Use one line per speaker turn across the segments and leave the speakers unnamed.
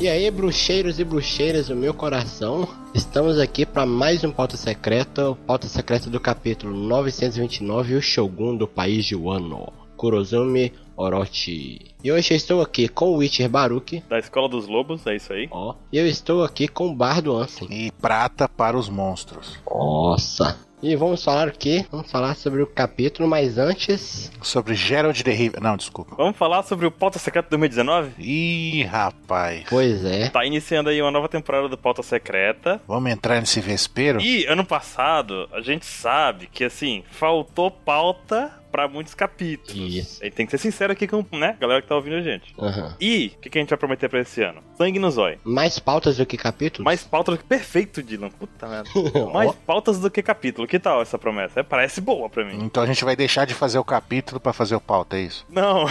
E aí, bruxeiros e bruxeiras do meu coração, estamos aqui para mais um Pauta Secreta, o Pauta Secreta do capítulo 929, o Shogun do País de Wano, Kurozumi Orochi. E hoje eu estou aqui com o Witcher Baruki,
Da Escola dos Lobos, é isso aí.
ó, e eu estou aqui com o Bardo Ansem.
E prata para os monstros.
Nossa! E vamos falar o quê? Vamos falar sobre o capítulo, mas antes...
Sobre Gerald de River. Não, desculpa.
Vamos falar sobre o Pauta Secreta 2019?
Ih, rapaz.
Pois é,
Tá iniciando aí uma nova temporada do Pauta Secreta.
Vamos entrar nesse vespeiro?
E ano passado, a gente sabe que assim, faltou pauta pra muitos capítulos.
Isso.
A gente tem que ser sincero aqui com, né, galera que tá ouvindo a gente.
aham.
E o que, que a gente vai prometer pra esse ano? Sangue no zóio.
mais pautas do que capítulos?
Mais pautas do que. Perfeito, Dylan. Puta merda. Mais pautas do que capítulo. Que tal essa promessa? É, parece boa pra mim.
Então a gente vai deixar de fazer o capítulo pra fazer o pauta, é isso?
Não,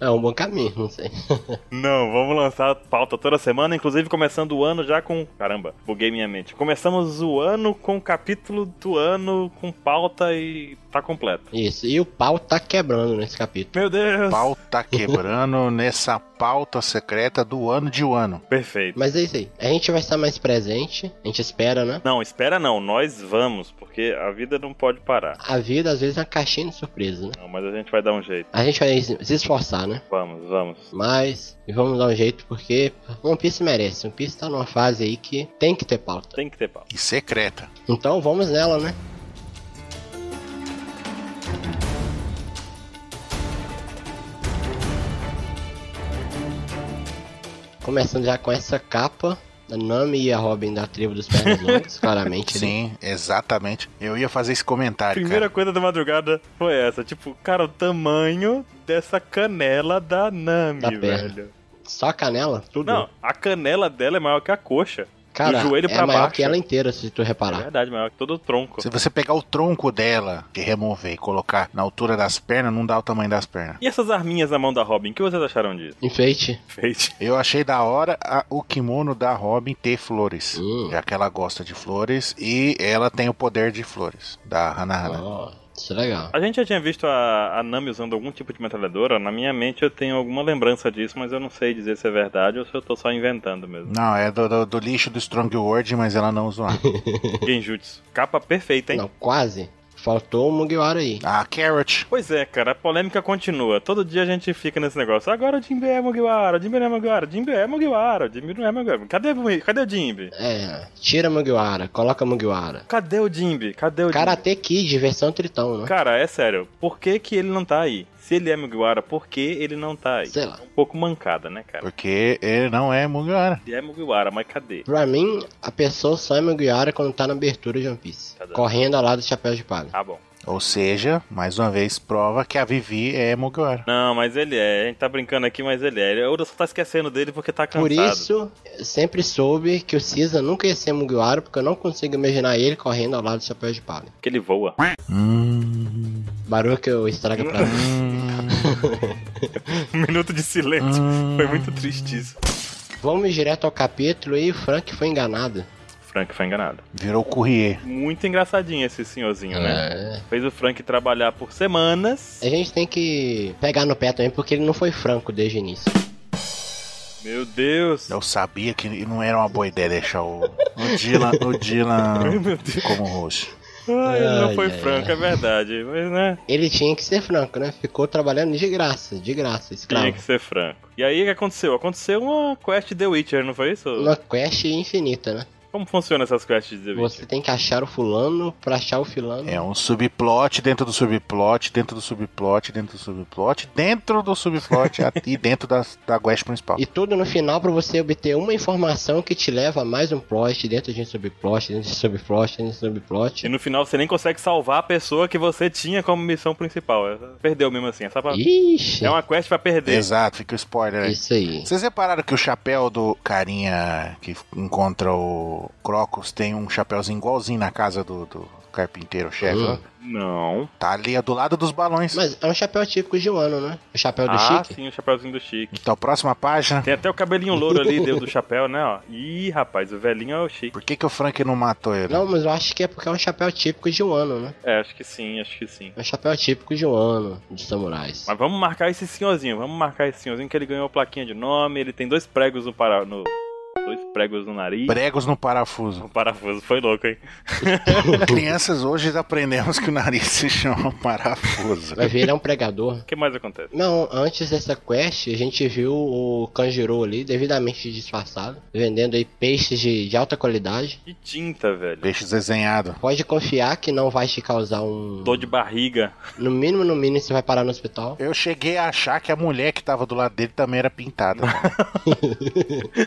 É um bom caminho, não sei.
Não, vamos lançar pauta toda semana, inclusive começando o ano já com. Caramba, buguei minha mente. Começamos o ano com o capítulo do ano, com pauta e tá completo.
Isso, e o pau tá quebrando nesse capítulo.
Meu Deus!
Pauta tá quebrando nessa pauta secreta do ano de um ano.
Perfeito.
Mas é isso aí. A gente vai estar mais presente. A gente espera, né?
Não, espera não, nós vamos, porque a vida não pode parar.
A vida, às vezes, é uma caixinha de surpresa, né?
Não, mas a gente vai dar um jeito.
A gente vai se se esforçar, né?
Vamos, vamos.
Mas vamos dar um jeito porque One Piece merece. One Piece tá numa fase aí que tem que ter pauta.
Tem que ter pauta.
E secreta.
Então vamos nela, né? Começando já com essa capa da Nami e a Robin da tribo dos Pernas Longas, claramente. né?
Sim, exatamente. Eu ia fazer esse comentário,
Primeira
cara.
coisa da madrugada foi essa, tipo, cara, o tamanho dessa canela da Nami,
Da perna.
velho.
Só canela? Tudo.
Não, a canela dela é maior que a coxa.
Cara,
do joelho
é
pra
maior
baixo.
que ela inteira, se tu
É
reparar.
verdade, maior que todo o tronco.
Se você pegar o tronco dela e remover e colocar na altura das pernas, não dá o tamanho das pernas.
E essas arminhas na mão da Robin, o que vocês acharam disso?
Enfeite.
Fez.
Eu achei da hora a- o kimono da Robin ter flores.
Hum.
Já que ela gosta de flores e ela tem o poder de flores. Da Hanahana.
Ó, isso é legal.
A gente já tinha visto a, a Nami usando algum tipo de metralhadora. Na minha mente eu tenho alguma lembrança disso, mas eu não sei dizer se é verdade ou se eu tô só inventando mesmo.
Não, é do, do- do lixo do Strong World, mas ela não usou.
Genjutsu. Capa perfeita, hein?
Não, quase. Faltou o Mugiwara aí.
a Ah, Carrot.
Pois é, cara, a polêmica continua. Todo dia a gente fica nesse negócio. Agora o Jimbe é Mugiwara, o Jimbe não é Mugiwara, o Jimbe é Mugiwara, o Jimbe não é Mugiwara. Cadê, o Mui- cadê o Jimbe?
É, tira Mugiwara, coloca Mugiwara.
Cadê o Jimbe? Cadê o Jimbe?
Karate Kid, versão Tritão, né?
Cara, é sério, por que, que ele não tá aí? Se ele é Mugiwara, por que ele não tá aí?
Sei lá.
Um pouco mancada, né, cara?
Porque ele não é Mugiwara.
Ele é Mugiwara, mas cadê?
Pra mim, a pessoa só é Mugiwara quando tá na abertura de One Piece.
Tá dando.
Correndo ao lado do Chapéu de Palha.
Tá bom.
Ou seja, mais uma vez, prova que a Vivi é Mugiwara.
Não, mas ele é. A gente tá brincando aqui, mas ele é. O Oda só tá esquecendo dele porque tá cansado.
Por isso, eu sempre soube que o Caesar nunca ia ser Mugiwara, porque eu não consigo imaginar ele correndo ao lado do Chapéu de Palha.
Porque ele voa.
Hum,
Barulho que eu estraga pra mim.
hum,
um minuto de silêncio.
Ah.
Foi muito triste isso.
Vamos direto ao capítulo e o Frank foi enganado.
Frank foi enganado.
virou Courier.
Muito engraçadinho esse senhorzinho, né?
É.
Fez o Frank trabalhar por semanas.
A gente tem que pegar no pé também, porque ele não foi franco desde o início.
Meu Deus.
Eu sabia que não era uma boa ideia deixar o, o Dylan, o Dylan como host.
Ai, ele não
Ai,
foi
ai,
Frank, é verdade. Mas, né?
Ele tinha que ser franco, né? Ficou trabalhando de graça, de graça,
Tinha
escravo.
que ser Franco. E aí, o que aconteceu? Aconteceu uma quest The Witcher, não foi isso?
Uma quest infinita, né?
Como funcionam essas quests de The Witcher?
Você tem que achar o fulano pra achar o fulano.
É um subplot dentro do subplot, dentro do subplot, dentro do subplot, dentro do subplot a- e dentro da, da quest principal.
E tudo no final pra você obter uma informação que te leva a mais um plot dentro de um subplot, dentro de subplot, dentro de um
E
subplot.
no final você nem consegue salvar a pessoa que você tinha como missão principal. Perdeu mesmo assim. É, só pra...
Ixi, é
é uma quest pra perder.
Exato, fica o spoiler aí.
isso aí.
Vocês repararam que o chapéu do carinha que encontra o Crocus tem um chapéuzinho igualzinho na casa do, do, carpinteiro, o chefe
Hum.
lá.
Não.
Tá ali, é do lado dos balões.
Mas é um chapéu típico de Wano, né? O chapéu do
ah,
Chique.
sim, o chapéuzinho do Chique.
Então, próxima página.
Tem até o cabelinho louro ali, deu do chapéu, né? Ó. Ih, rapaz, o velhinho é o Chique.
Por que, que o Frank não matou ele?
Não, mas eu acho que é porque é um chapéu típico de Wano, né?
É, acho que sim, acho que sim.
É um chapéu típico de Wano, dos samurais.
Mas vamos marcar esse senhorzinho, vamos marcar esse senhorzinho que ele ganhou a plaquinha de nome, ele tem dois pregos no para... no dois pregos no nariz.
Pregos no parafuso.
O parafuso foi louco, hein?
Crianças, hoje aprendemos que o nariz se chama parafuso.
Vai ver, ele é um pregador.
O que mais acontece?
Não, antes dessa quest, a gente viu o Kanjiro ali, devidamente disfarçado, vendendo aí peixes de, de alta qualidade.
Que tinta, velho.
Peixe desenhado.
Pode confiar que não vai te causar um.
Dor de barriga.
No mínimo, no mínimo, você vai parar no hospital.
Eu cheguei a achar que a mulher que tava do lado dele também era pintada.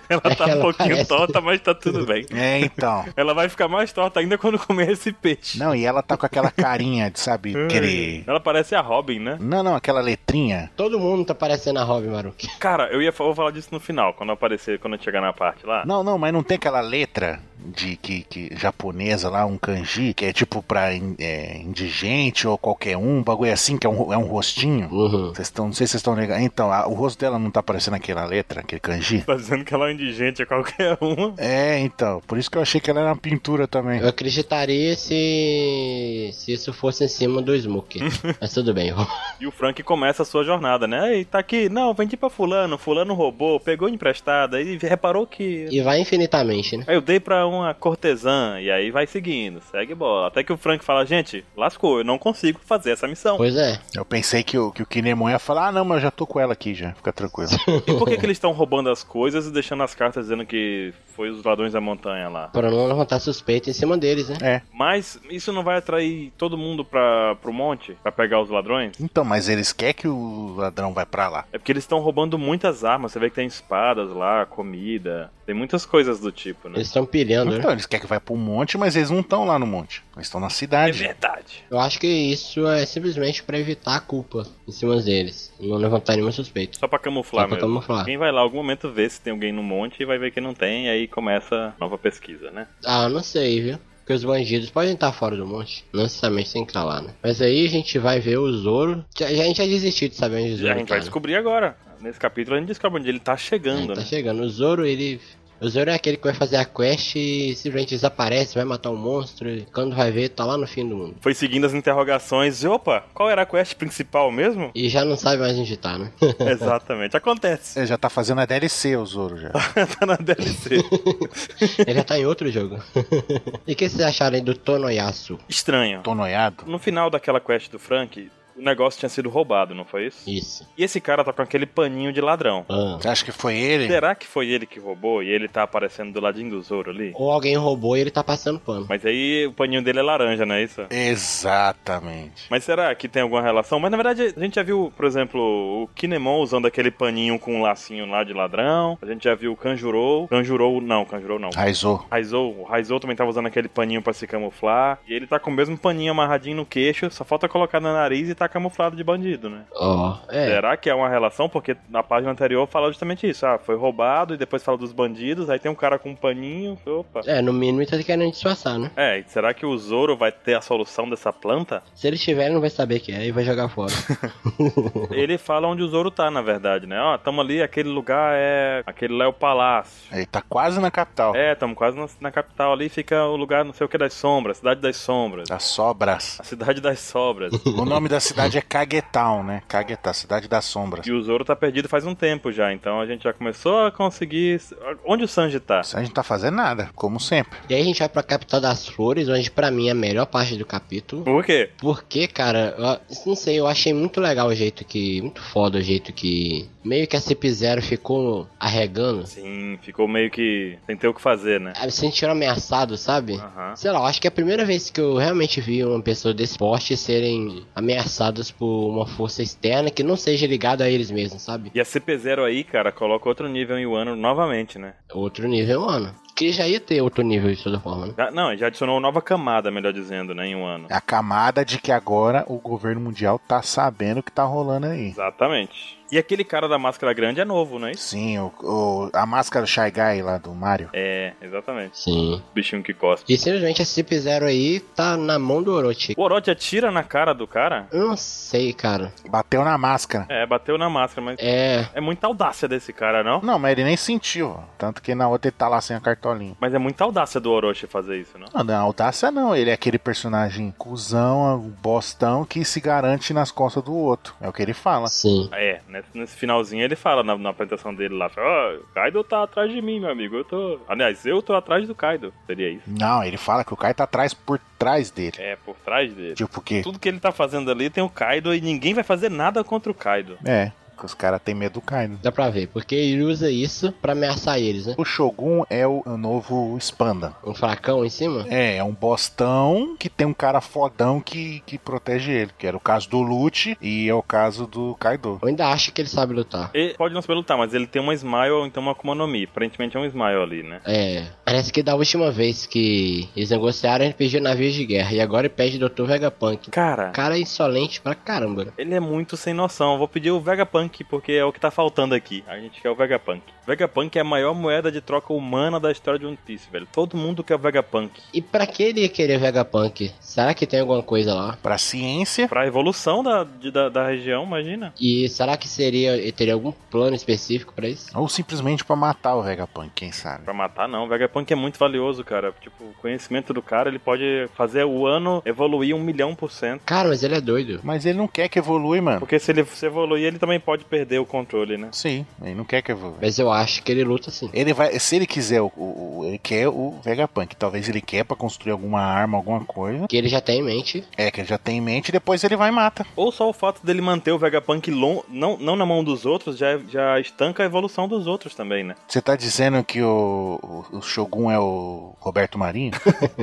Ela
É
tá
que
um
ela
pouquinho
parece.
torta, mas tá tudo bem.
é, então.
Ela vai ficar mais torta ainda quando comer esse peixe.
Não, e ela tá com aquela carinha de, sabe, aquele...
Ela parece a Robin, né?
Não, não, aquela letrinha.
Todo mundo tá parecendo a Robin Maruki.
Cara, eu ia fa- vou falar disso no final, quando aparecer, quando eu chegar na parte lá.
Não, não, mas não tem aquela letra de que, que japonesa lá, um kanji, que é tipo pra in- é, indigente ou qualquer um, um bagulho assim, que é um, ro- é um rostinho.
Uhum.
Vocês estão, não sei se vocês estão ligados. Então, a- o rosto dela não tá parecendo aquela letra, aquele kanji?
Tá dizendo que ela é indigente, é qualquer uma.
É, então, por isso que eu achei que ela era uma pintura também.
Eu acreditaria se. se isso fosse em cima do Smoke. Mas tudo bem.
E o Frank começa a sua jornada, né? Ei, tá aqui. Não, vendi pra fulano. Fulano roubou, pegou emprestada e reparou que...
E vai infinitamente, né?
Aí eu dei pra uma cortesã e aí vai seguindo, segue bola. Até que o Frank fala, gente, lascou, eu não consigo fazer essa missão.
Pois é.
Eu pensei que o, que o Kinemon ia falar, ah, não, mas eu já tô com ela aqui já, fica tranquilo.
E por que, que eles estão roubando as coisas e deixando as cartas dizendo que foi os ladrões da montanha lá?
Pra não levantar suspeita em cima deles, né?
é,
Mas isso não vai atrair todo mundo pra, pro monte pra pegar os ladrões?
então, mas eles querem que o ladrão vai pra lá.
É porque eles estão roubando muitas armas. Você vê que tem espadas lá, comida, tem muitas coisas do tipo, né?
Eles estão pilhando, né?
Então, eles querem que vai pro monte, mas eles não estão lá no monte. Eles estão na
É
cidade.
verdade.
Eu acho que isso é simplesmente pra evitar a culpa em cima deles. Não levantar nenhuma suspeita.
Só pra camuflar
Só pra
mesmo.
camuflar.
Quem vai lá algum momento vê se tem alguém no monte e vai ver que não tem, e aí começa nova pesquisa, né?
Ah, não sei, viu? Porque os bandidos podem estar fora do monte. Não necessariamente sem estar lá, né? Mas aí a gente vai ver o Zoro. Já, já- a gente já desistiu de saber onde o
Já
Zoro
a gente
tá,
vai
né?
descobrir agora. Nesse capítulo a gente descobre onde ele tá chegando,
É, Tá
né?
chegando. O Zoro, ele... O Zoro é aquele que vai fazer a quest e simplesmente desaparece, vai matar um monstro. E quando vai ver, tá lá no fim do mundo.
Foi seguindo as interrogações e opa, qual era a quest principal mesmo?
E já não sabe mais onde tá, né?
Exatamente, acontece.
Ele já tá fazendo a DLC, o Zoro já.
É.
tá na DLC.
Ele já tá em outro jogo. e o que vocês acharam aí do Tonoyasu?
Estranho.
Tô noiado.
No final daquela quest do Frank, o negócio tinha sido roubado, não foi isso?
Isso.
E esse cara tá com aquele paninho de ladrão.
Ah.
Você acha que foi ele?
Será que foi ele que roubou e ele tá aparecendo do ladinho do Zoro ali?
Ou alguém roubou e ele tá passando pano.
Mas aí o paninho dele é laranja, não é isso?
Exatamente.
Mas será que tem alguma relação? Mas na verdade, a gente já viu, por exemplo, o Kinemon usando aquele paninho com um lacinho lá de ladrão. A gente já viu o Kanjurou. Kanjurou não, Kanjurou não.
Raizou.
Raizou, o Raizou também tava usando aquele paninho pra se camuflar. E ele tá com o mesmo paninho amarradinho no queixo, só falta colocar no nariz e tá camuflado de bandido, né?
Ó, é.
Será que é uma relação? Porque na página anterior fala justamente isso. Ah, foi roubado e depois fala dos bandidos. Aí tem um cara com um paninho. Opa.
É, no mínimo ele tá querendo disfarçar, né?
É, e será que o Zoro vai ter a solução dessa planta?
Se ele tiver, ele não vai saber que é e vai jogar fora.
Ele fala onde o Zoro tá, na verdade, né? Ó, tamo ali, aquele lugar é. Aquele lá é o palácio.
Ele tá quase na capital.
É, tamo quase na, na capital ali, fica o lugar não sei o que das sombras, Cidade das Sombras.
Das sobras.
A Cidade das Sobras.
O nome da cidade é Kagetown, né? Kagetown, cidade das sombras.
E o Zoro tá perdido faz um tempo já, então a gente já começou a conseguir. Onde o Sanji tá?
Isso a gente não tá fazendo nada, como sempre.
e aí a gente vai pra Capital das Flores, onde pra mim é a melhor parte do capítulo.
Por quê?
Porque, cara, eu- não sei, eu achei muito legal o jeito que. Muito foda o jeito que. Meio que a CP0 ficou arregando.
Sim, ficou meio que. sem ter o que fazer, né?
Ah, Me sentiram ameaçado, sabe?
Aham.
Sei lá, eu acho que é a primeira vez que eu realmente vi uma pessoa desse porte serem ameaçadas por uma força externa que não seja ligada a eles mesmos, sabe?
E a CP0 aí, cara, coloca outro nível em Wano um novamente, né?
Outro nível, mano. Que já ia ter outro nível de toda forma, né?
Já- não, já adicionou uma nova camada, melhor dizendo, né, em um ano.
É A camada de que agora o governo mundial tá sabendo o que tá rolando aí.
Exatamente. E aquele cara da máscara grande é novo, não é isso?
Sim, o, o- a máscara do Shy Guy lá do Mario.
É, exatamente.
Sim.
Bichinho que cospe.
E simplesmente esse Zip-Zero aí tá na mão do Orochi.
O Orochi atira na cara do cara?
Eu não sei, cara.
Bateu na máscara.
É, bateu na máscara, mas
É.
é muita audácia desse cara, não?
Não, mas ele nem sentiu. ó. Tanto que na outra ele tá lá sem a cartolinha.
Mas é muita audácia do Orochi fazer isso, não?
Não, não, audácia não. Ele é aquele personagem cuzão, bostão, que se garante nas costas do outro. É o que ele fala.
Sim.
É, nesse, nesse finalzinho ele fala na, na apresentação dele lá, fala, ó, Kaido tá atrás de mim, meu amigo, eu tô... Aliás, eu tô atrás do Kaido, seria isso.
Não, ele fala que o Kai tá atrás por trás dele.
É, por trás dele.
Tipo que.
Tudo que ele tá fazendo ali tem o Kaido e ninguém vai fazer nada contra o Kaido.
É, que os caras têm medo do Kai, né?
Dá pra ver. Porque ele usa isso pra ameaçar eles, né?
O Shogun é o, o novo Spanda.
Um fracão em cima?
É, é um bostão que tem um cara fodão que, que protege ele. Que era o caso do Lute e é o caso do Kaido.
Eu ainda acho que ele sabe lutar.
Ele pode não se lutar, mas ele tem uma Smile ou então uma Akuma no Mi. Aparentemente é um Smile ali, né?
É, parece que da última vez que eles negociaram, ele pediu navios de guerra. E agora ele pede Dr. Vegapunk.
Cara,
O cara é insolente pra caramba. né?
ele é muito sem noção. Eu Vou pedir o Vegapunk, porque é o que tá faltando aqui. A gente quer o Vegapunk. Vegapunk é a maior moeda de troca humana da história de One Piece, velho. Todo mundo quer o Vegapunk.
E pra que ele ia querer Vegapunk? Será que tem alguma coisa lá?
Pra ciência,
Pra evolução da, de- da, da região, imagina.
E será que seria ele teria algum plano específico pra isso?
ou simplesmente pra matar o Vegapunk, quem sabe?
Pra matar, não. O Vegapunk é muito valioso, cara. Tipo, o conhecimento do cara, ele pode fazer o ano evoluir um milhão por cento.
Cara, mas ele é doido.
Mas ele não quer que evolui, mano.
Porque se ele se evoluir, ele também pode perder o controle, né?
Sim, ele não quer que evolui.
Mas eu acho que ele luta sim.
Ele vai, se ele quiser, o, o- o- ele quer o Vegapunk. Talvez ele quer pra construir alguma arma, alguma coisa.
Que ele já tem em mente.
É, que ele já tem em mente, depois ele vai e mata.
Ou só o fato dele manter o Vegapunk lon- não, não na mão dos outros já, já estanca a evolução dos outros também, né?
Você tá dizendo que o, o- o Shogun é o Roberto Marinho?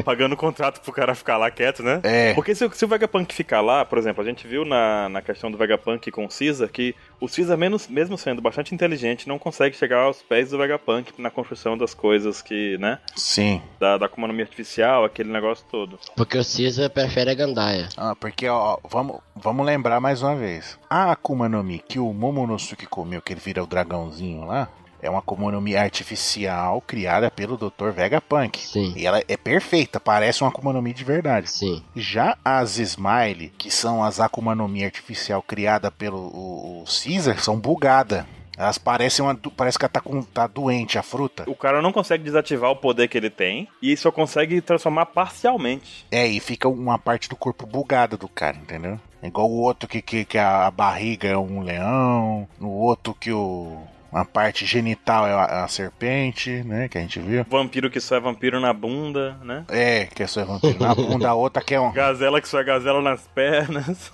Pagando o contrato pro cara ficar lá quieto, né?
É.
Porque se, o- se o Vegapunk ficar lá, por exemplo, a gente viu na, na questão do Vegapunk com o Caesar que o Caesar, menos, mesmo sendo bastante inteligente, não consegue chegar aos pés do Vegapunk na construção das coisas que, né?
Sim.
Da, da economia artificial, aquele negócio todo.
Porque o Caesar prefere a Gandaia.
Ah, porque, ó, vamos, vamos lembrar mais uma vez. A Akuma no Mi que o Momonosuke comeu, que ele vira o dragãozinho lá, é uma Akuma no Mi artificial criada pelo Dr. Vegapunk.
Sim,
E ela é perfeita, parece uma Akuma no Mi de verdade.
sim.
Já as Smile, que são as Akuma no Mi artificial criada pelo o, o Caesar, são bugadas. Elas parecem uma. do- Parece que ela tá, com, tá doente, a fruta.
O cara não consegue desativar o poder que ele tem e só consegue transformar parcialmente.
É, e fica uma parte do corpo bugada do cara, entendeu? É Igual o outro que, que, que a, a barriga é um leão, o outro que o. A parte genital é a, a serpente, né? Que a gente viu.
Vampiro que só é vampiro na bunda, né?
É, que é só vampiro na bunda, a outra que é um.
Gazela que só é gazela nas pernas.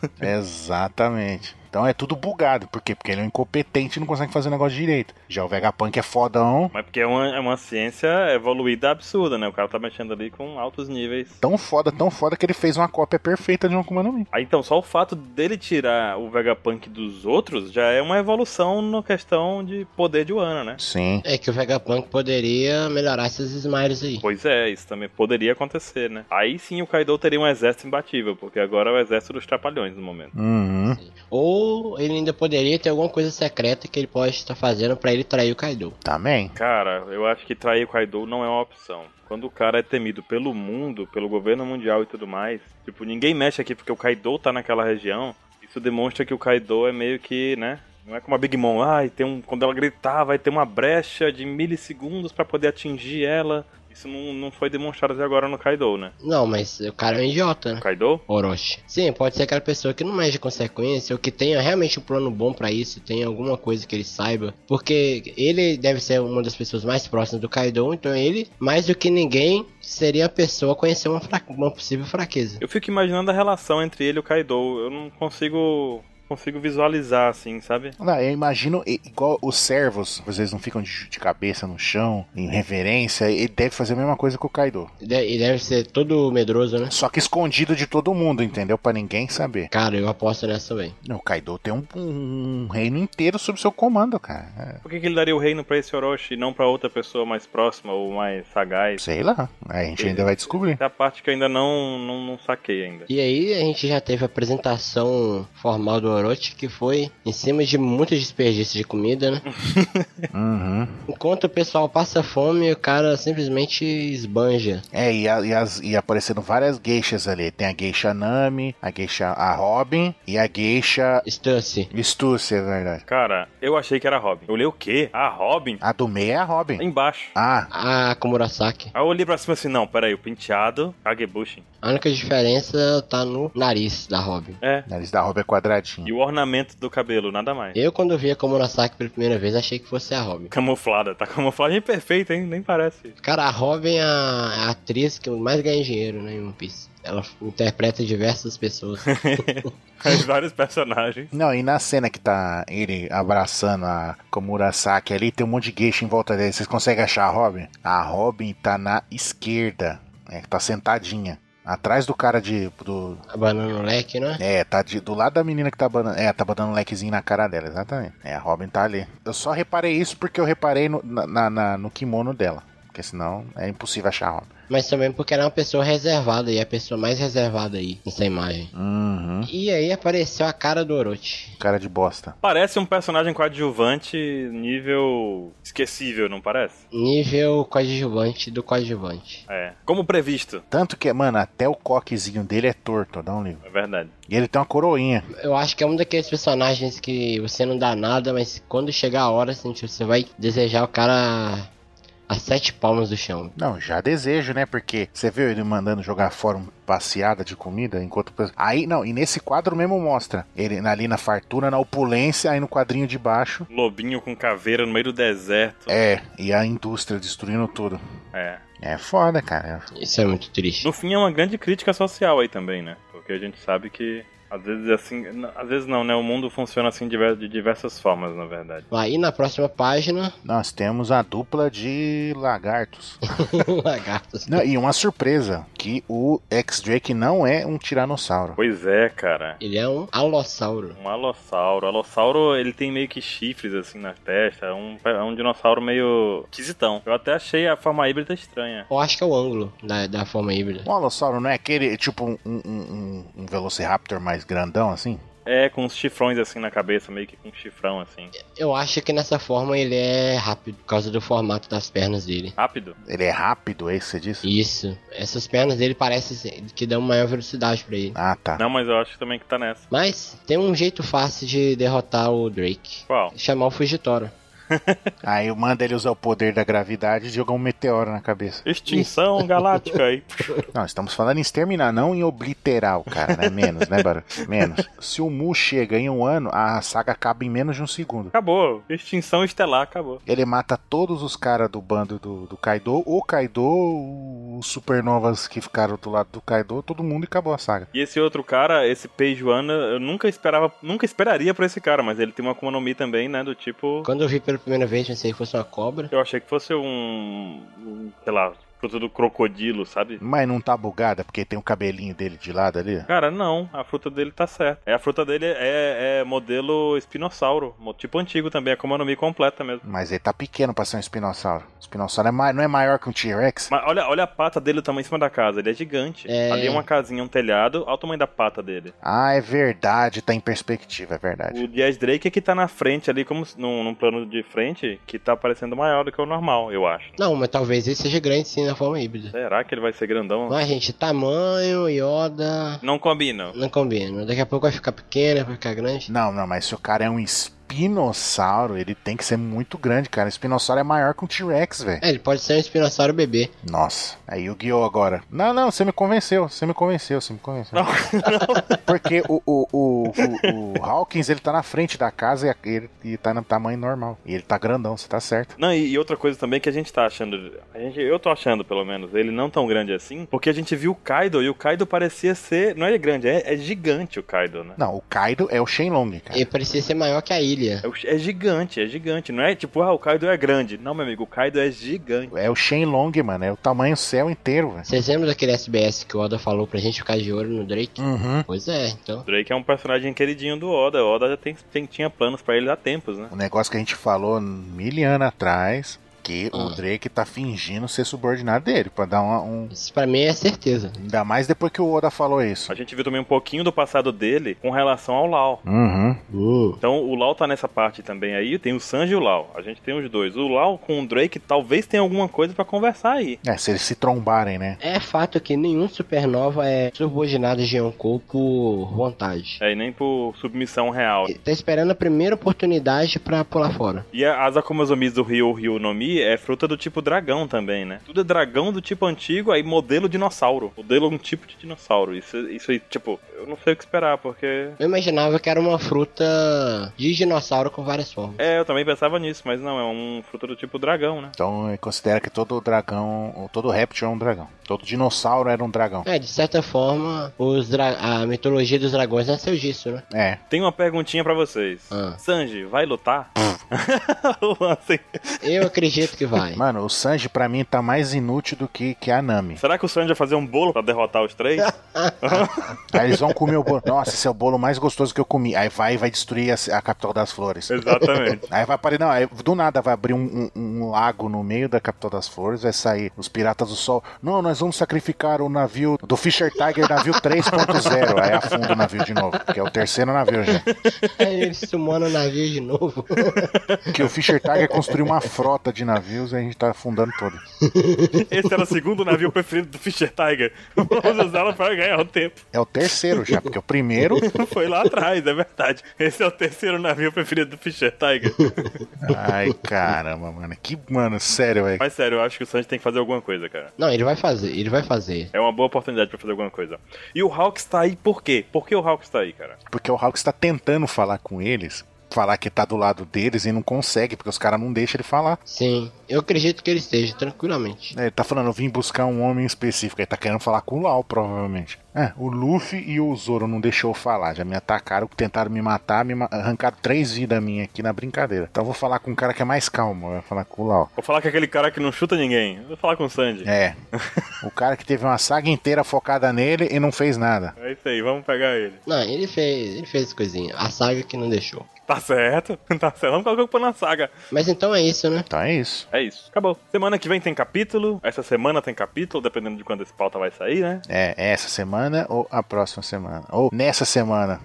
Exatamente. Então é tudo bugado. Por quê? Porque ele é um incompetente e não consegue fazer o negócio direito. Já o Vegapunk é fodão,
Mas porque é uma, é uma ciência evoluída absurda, né? O cara tá mexendo ali com altos níveis.
tão foda, tão foda que ele fez uma cópia perfeita de um Akuma no Mi.
Aí então, só o fato dele tirar o Vegapunk dos outros já é uma evolução na questão de poder de Wano, né?
Sim.
É que o Vegapunk poderia melhorar esses smiles aí.
Pois é, isso também poderia acontecer, né? Aí sim o Kaido teria um exército imbatível, porque agora é o exército dos trapalhões no momento.
Uhum.
Ou ele ainda poderia ter alguma coisa secreta que ele pode estar fazendo pra ele trair o Kaido.
Também.
Cara, eu acho que trair o Kaido não é uma opção. Quando o cara é temido pelo mundo, pelo governo mundial e tudo mais, tipo, ninguém mexe aqui porque o Kaido tá naquela região, isso demonstra que o Kaido é meio que, né? Não é como a Big Mom, ai, tem um. Quando ela gritar, vai ter uma brecha de milissegundos pra poder atingir ela. Isso não, não foi demonstrado até agora no Kaido, né?
Não, mas o cara é um idiota,
O
né?
Kaido?
Orochi. Sim, pode ser aquela pessoa que não mede consequência ou que tenha realmente um plano bom pra isso, tenha alguma coisa que ele saiba. Porque ele deve ser uma das pessoas mais próximas do Kaido, então ele, mais do que ninguém, seria a pessoa a conhecer uma, fra- uma possível fraqueza.
Eu fico imaginando a relação entre ele e o Kaido. Eu não consigo consigo visualizar, assim, sabe?
Não, eu imagino i- igual os servos, às vezes não ficam de, de cabeça no chão, em reverência, ele deve fazer a mesma coisa que o Kaido.
E de- e deve ser todo medroso, né?
Só que escondido de todo mundo, entendeu? Pra ninguém saber.
Cara, eu aposto nessa também.
Não, O Kaido tem um, um reino inteiro sob seu comando, cara.
Por que, que ele daria o reino pra esse Orochi e não pra outra pessoa mais próxima ou mais
É,
sagaz?
Sei lá, a gente ainda vai descobrir.
Essa é a parte que eu ainda não, não, não saquei ainda.
E aí a gente já teve a apresentação formal do Orochi, que foi em cima de muitos desperdícios de comida, né?
Uhum.
Enquanto o pessoal passa fome, o cara simplesmente esbanja.
É, e, a- e as- e aparecendo várias geixas ali. Tem a geisha Nami, a geisha a Robin e a geisha
Stussy.
Stussy, é verdade.
Cara, eu achei que era Robin. Eu olhei o quê? Ah, Robin?
A do meio é a Robin.
Embaixo.
Ah,
A Komurasaki.
Aí eu olhei pra cima assim, não, peraí, o penteado, Kagebushin.
A única diferença tá no nariz da Robin.
É.
o nariz da Robin é quadradinho.
E o ornamento do cabelo, nada mais.
Eu, quando vi a Komurasaki pela primeira vez, achei que fosse a Robin.
Camuflada, tá camuflagem perfeita, hein? Nem parece.
Cara, a Robin é a a atriz que mais ganha dinheiro né, em One Piece. Ela interpreta diversas pessoas.
Faz vários personagens.
Não, e na cena que tá ele abraçando a Komurasaki ali, tem um monte de geisha em volta dele. Vocês conseguem achar a Robin? A Robin tá na esquerda, é, tá sentadinha. Atrás do cara de. Do,
A banana no leque, né?
é, tá de- do lado da menina que tá banando. É, tá botando um lequezinho na cara dela, exatamente. É, a Robin tá ali. Eu só reparei isso porque eu reparei no, na- na- na- no kimono dela. Porque senão é impossível achar a Robin.
Mas também porque ela é uma pessoa reservada e é a pessoa mais reservada aí nessa imagem.
Uhum.
E aí apareceu a cara do Orochi.
Cara de bosta.
Parece um personagem coadjuvante nível esquecível, não parece?
Nível coadjuvante do coadjuvante.
É. Como previsto.
Tanto que, mano, até o coquezinho dele é torto, dá um livro.
É verdade.
E ele tem uma coroinha.
Eu acho que é um daqueles personagens que você não dá nada, mas quando chegar a hora, assim, tipo, você vai desejar o cara a sete palmas do chão.
Não, já desejo, né? Porque você viu ele mandando jogar fora uma passeada de comida enquanto. Aí, não, e nesse quadro mesmo mostra. Ele ali na fartura, na opulência, aí no quadrinho de baixo.
Lobinho com caveira no meio do deserto.
É, e a indústria destruindo tudo.
É.
É foda, cara.
Isso é muito triste.
No fim é uma grande crítica social aí também, né? Porque a gente sabe que às vezes assim, n- às vezes não, né? O mundo funciona assim diver- de diversas formas, na verdade.
Aí na próxima página,
Nós temos a dupla de lagartos.
lagartos.
Não, e uma surpresa: que o X-Drake não é um tiranossauro.
Pois é, cara.
Ele é um alossauro.
Um alossauro. O alossauro, ele tem meio que chifres assim na testa. É um, é um dinossauro meio esquisitão. Eu até achei a forma híbrida estranha.
Eu acho que é o ângulo da, da forma híbrida.
Um alossauro não é aquele, tipo, um, um, um- um velociraptor mais grandão assim?
É, com uns chifrões assim na cabeça, meio que com um chifrão assim.
Eu acho que nessa forma ele é rápido, por causa do formato das pernas dele.
Rápido.
Ele é rápido, é isso que você disse?
Isso. Essas pernas dele parecem ser- que dão maior velocidade pra ele.
Ah, tá.
Não, mas eu acho também que tá nessa.
Mas tem um jeito fácil de derrotar o Drake.
Qual?
Chamar o Fugitório.
Aí eu mando ele usar o poder da gravidade e jogar um meteoro na cabeça.
Extinção galáctica aí.
Não, estamos falando em exterminar, não em obliterar o cara, né? Menos, né, Barulho? Menos. Se o Mu chega em um ano, a saga acaba em menos de um segundo.
Acabou. Extinção estelar, acabou.
Ele mata todos os caras do bando do, do Kaido, o Kaido, os supernovas que ficaram do lado do Kaido, todo mundo e acabou a saga.
E esse outro cara, esse Peijuana, eu nunca esperava, nunca esperaria pra esse cara, mas ele tem uma Akuma no Mi também, né? Do tipo.
Quando eu vi pela primeira vez, pensei que fosse uma cobra.
Eu achei que fosse um. um, sei lá, fruto do crocodilo, sabe?
Mas não tá bugada, porque tem o cabelinho dele de lado ali.
Cara, não, a fruta dele tá certa. É, a fruta dele é, é modelo espinossauro, mo- tipo antigo também, a Akuma no Mi completa mesmo.
Mas ele tá pequeno pra ser um espinossauro. O espinossauro é ma- não é maior que um T-Rex?
Mas olha, olha a pata dele também em cima da casa, ele é gigante.
É.
Ali é uma casinha, um telhado, olha o tamanho da pata dele.
Ah, é verdade, tá em perspectiva, é verdade.
O Diaz Drake é que tá na frente ali, como se- num, num plano de frente, que tá parecendo maior do que o normal, eu acho.
Não, mas talvez ele seja grande sim na forma híbrida.
Será que ele vai ser grandão?
Mas, gente, tamanho, Yoda.
Não combina.
Não combina. Daqui a pouco vai ficar pequeno, vai ficar grande.
Não, não, mas se o cara é um espírito espinossauro, ele tem que ser muito grande, cara. O espinossauro é maior que um T-Rex, velho.
É, ele pode ser um espinossauro bebê.
Nossa. Aí o guiou agora. Não, não, você me convenceu, você me convenceu, você me convenceu.
Não,
Porque o, o, o, o- o Hawkins, ele tá na frente da casa e a- ele e tá no tamanho normal. E ele tá grandão, você tá certo.
Não, e, e outra coisa também que a gente tá achando. A gente, eu tô achando, pelo menos, ele não tão grande assim, porque a gente viu o Kaido e o Kaido parecia ser. Não é grande, é, é gigante o Kaido, né?
Não, o Kaido é o Shenlong, cara.
Ele parecia ser maior que a ilha.
É, o- é gigante, é gigante. Não é tipo, ah, o Kaido é grande. Não, meu amigo, o Kaido é gigante.
É o Shenlong, mano. É o tamanho céu inteiro, velho.
Vocês lembram daquele SBS que o Oda falou pra gente ficar de olho no Drake?
Uhum.
Pois é, então.
O Drake é um personagem queridinho do Oda. O Oda já tem, tem- tinha planos pra ele há tempos, né?
O negócio que a gente falou mil anos atrás, que o
Hum.
Drake tá fingindo ser subordinado dele, pra dar uma- um...
Isso pra mim é certeza.
Ainda mais depois que o Oda falou isso.
A gente viu também um pouquinho do passado dele com relação ao Lau.
Uhum.
Hum.
Então o Lau tá nessa parte também aí. Tem o Sanji e o Lau. A gente tem os dois. O Lau com o Drake talvez tenha alguma coisa pra conversar aí.
É, se eles se trombarem, né?
É fato que nenhum supernova é subordinado de Yonkou por vontade.
É, e nem por submissão real.
Ele Tá esperando a primeira oportunidade pra pular fora.
E a- as Akumazomis do Ryu Ryu no Mi é fruta do tipo dragão também, né? Tudo é dragão do tipo antigo, aí modelo dinossauro. Modelo um tipo de dinossauro. Isso, isso aí, tipo, eu não sei o que esperar, porque.
Eu imaginava que era uma fruta de dinossauro com várias formas.
É, eu também pensava nisso, mas não, é um fruta do tipo dragão, né?
Então ele considera que todo dragão, ou todo réptil é um dragão. Todo dinossauro era um dragão.
É, de certa forma, os dra- a mitologia dos dragões nasceu disso, né?
É.
Tem uma perguntinha pra vocês.
Ah.
Sanji, vai lutar? assim? O Ansem.
Eu acredito que vai.
É. Mano, o Sanji pra mim tá mais inútil do que, que a Nami.
Será que o Sanji vai fazer um bolo pra derrotar os três?
Aí eles vão comer o bolo. Nossa, esse é o bolo mais gostoso que eu comi. Aí vai e vai destruir a, a capital das flores.
Exatamente.
Aí vai aparecer, não, aí do nada vai abrir um, um- um lago no meio da capital das flores, vai sair os piratas do sol. Não, nós vamos sacrificar o navio do Fisher Tiger, navio 3.0. Aí afunda o navio de novo, que é o terceiro navio já.
Aí ele sumou no navio de novo.
Que o Fisher Tiger construiu uma frota de navios e a gente tá afundando todo.
Esse era o segundo navio preferido do Fischer Tiger. Vamos usá-lo pra ganhar o tempo.
É o terceiro já, porque é o primeiro.
Foi lá atrás, é verdade. Esse é o terceiro navio preferido do Fischer Tiger.
Ai, caramba, mano. Que, mano, sério, é velho.
Mas sério, eu acho que o Sanji tem que fazer alguma coisa, cara.
Não, ele vai fazer, ele vai fazer.
É uma boa oportunidade pra fazer alguma coisa. E o Hawks tá aí por quê? Por que o Hawks tá aí, cara?
Porque o Hawks tá tentando falar com eles, falar que tá do lado deles e não consegue, porque os caras não deixam ele falar.
Sim, eu acredito que ele esteja, tranquilamente.
É, Ele tá falando, eu vim buscar um homem específico. Ele tá querendo falar com o Lau, provavelmente. É, o Luffy e o Zoro não deixou eu falar. Já me atacaram, tentaram me matar, me ma- arrancaram três vidas minhas aqui na brincadeira. Então eu vou falar com um cara que é mais calmo. Eu vou falar com o Lau.
Vou falar com aquele cara que não chuta ninguém. Vou falar com o Sanji.
É. o cara que teve uma saga inteira focada nele e não fez nada.
É isso aí, vamos pegar ele.
Não, ele fez, ele fez coisinha. A saga que não deixou.
Tá certo, tá certo. Vamos colocar o pano na saga.
Mas então é isso, né?
Então é isso.
É isso, acabou. Semana que vem tem capítulo. Essa semana tem capítulo, dependendo de quando esse pauta vai sair, né?
É, essa semana ou a próxima semana? Ou nessa semana.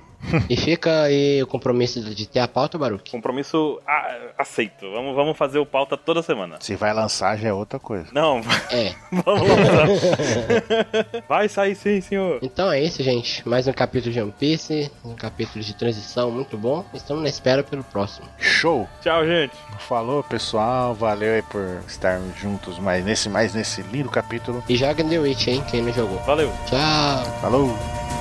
E fica aí o compromisso de ter a pauta, Baruque.
Compromisso ah, aceito. Vamos, vamos fazer o pauta toda semana.
Se vai lançar já é outra coisa.
Não,
É.
Vamos lá. Vai sair sim, senhor.
Então é isso, gente. Mais um capítulo de One Piece, um capítulo de transição muito bom. Estamos na espera pelo próximo.
Show!
Tchau, gente.
Falou, pessoal. Valeu aí por estarmos juntos mais nesse, mais nesse lindo capítulo.
E joga The Witch, hein? Quem não jogou.
Valeu.
Tchau!
Falou!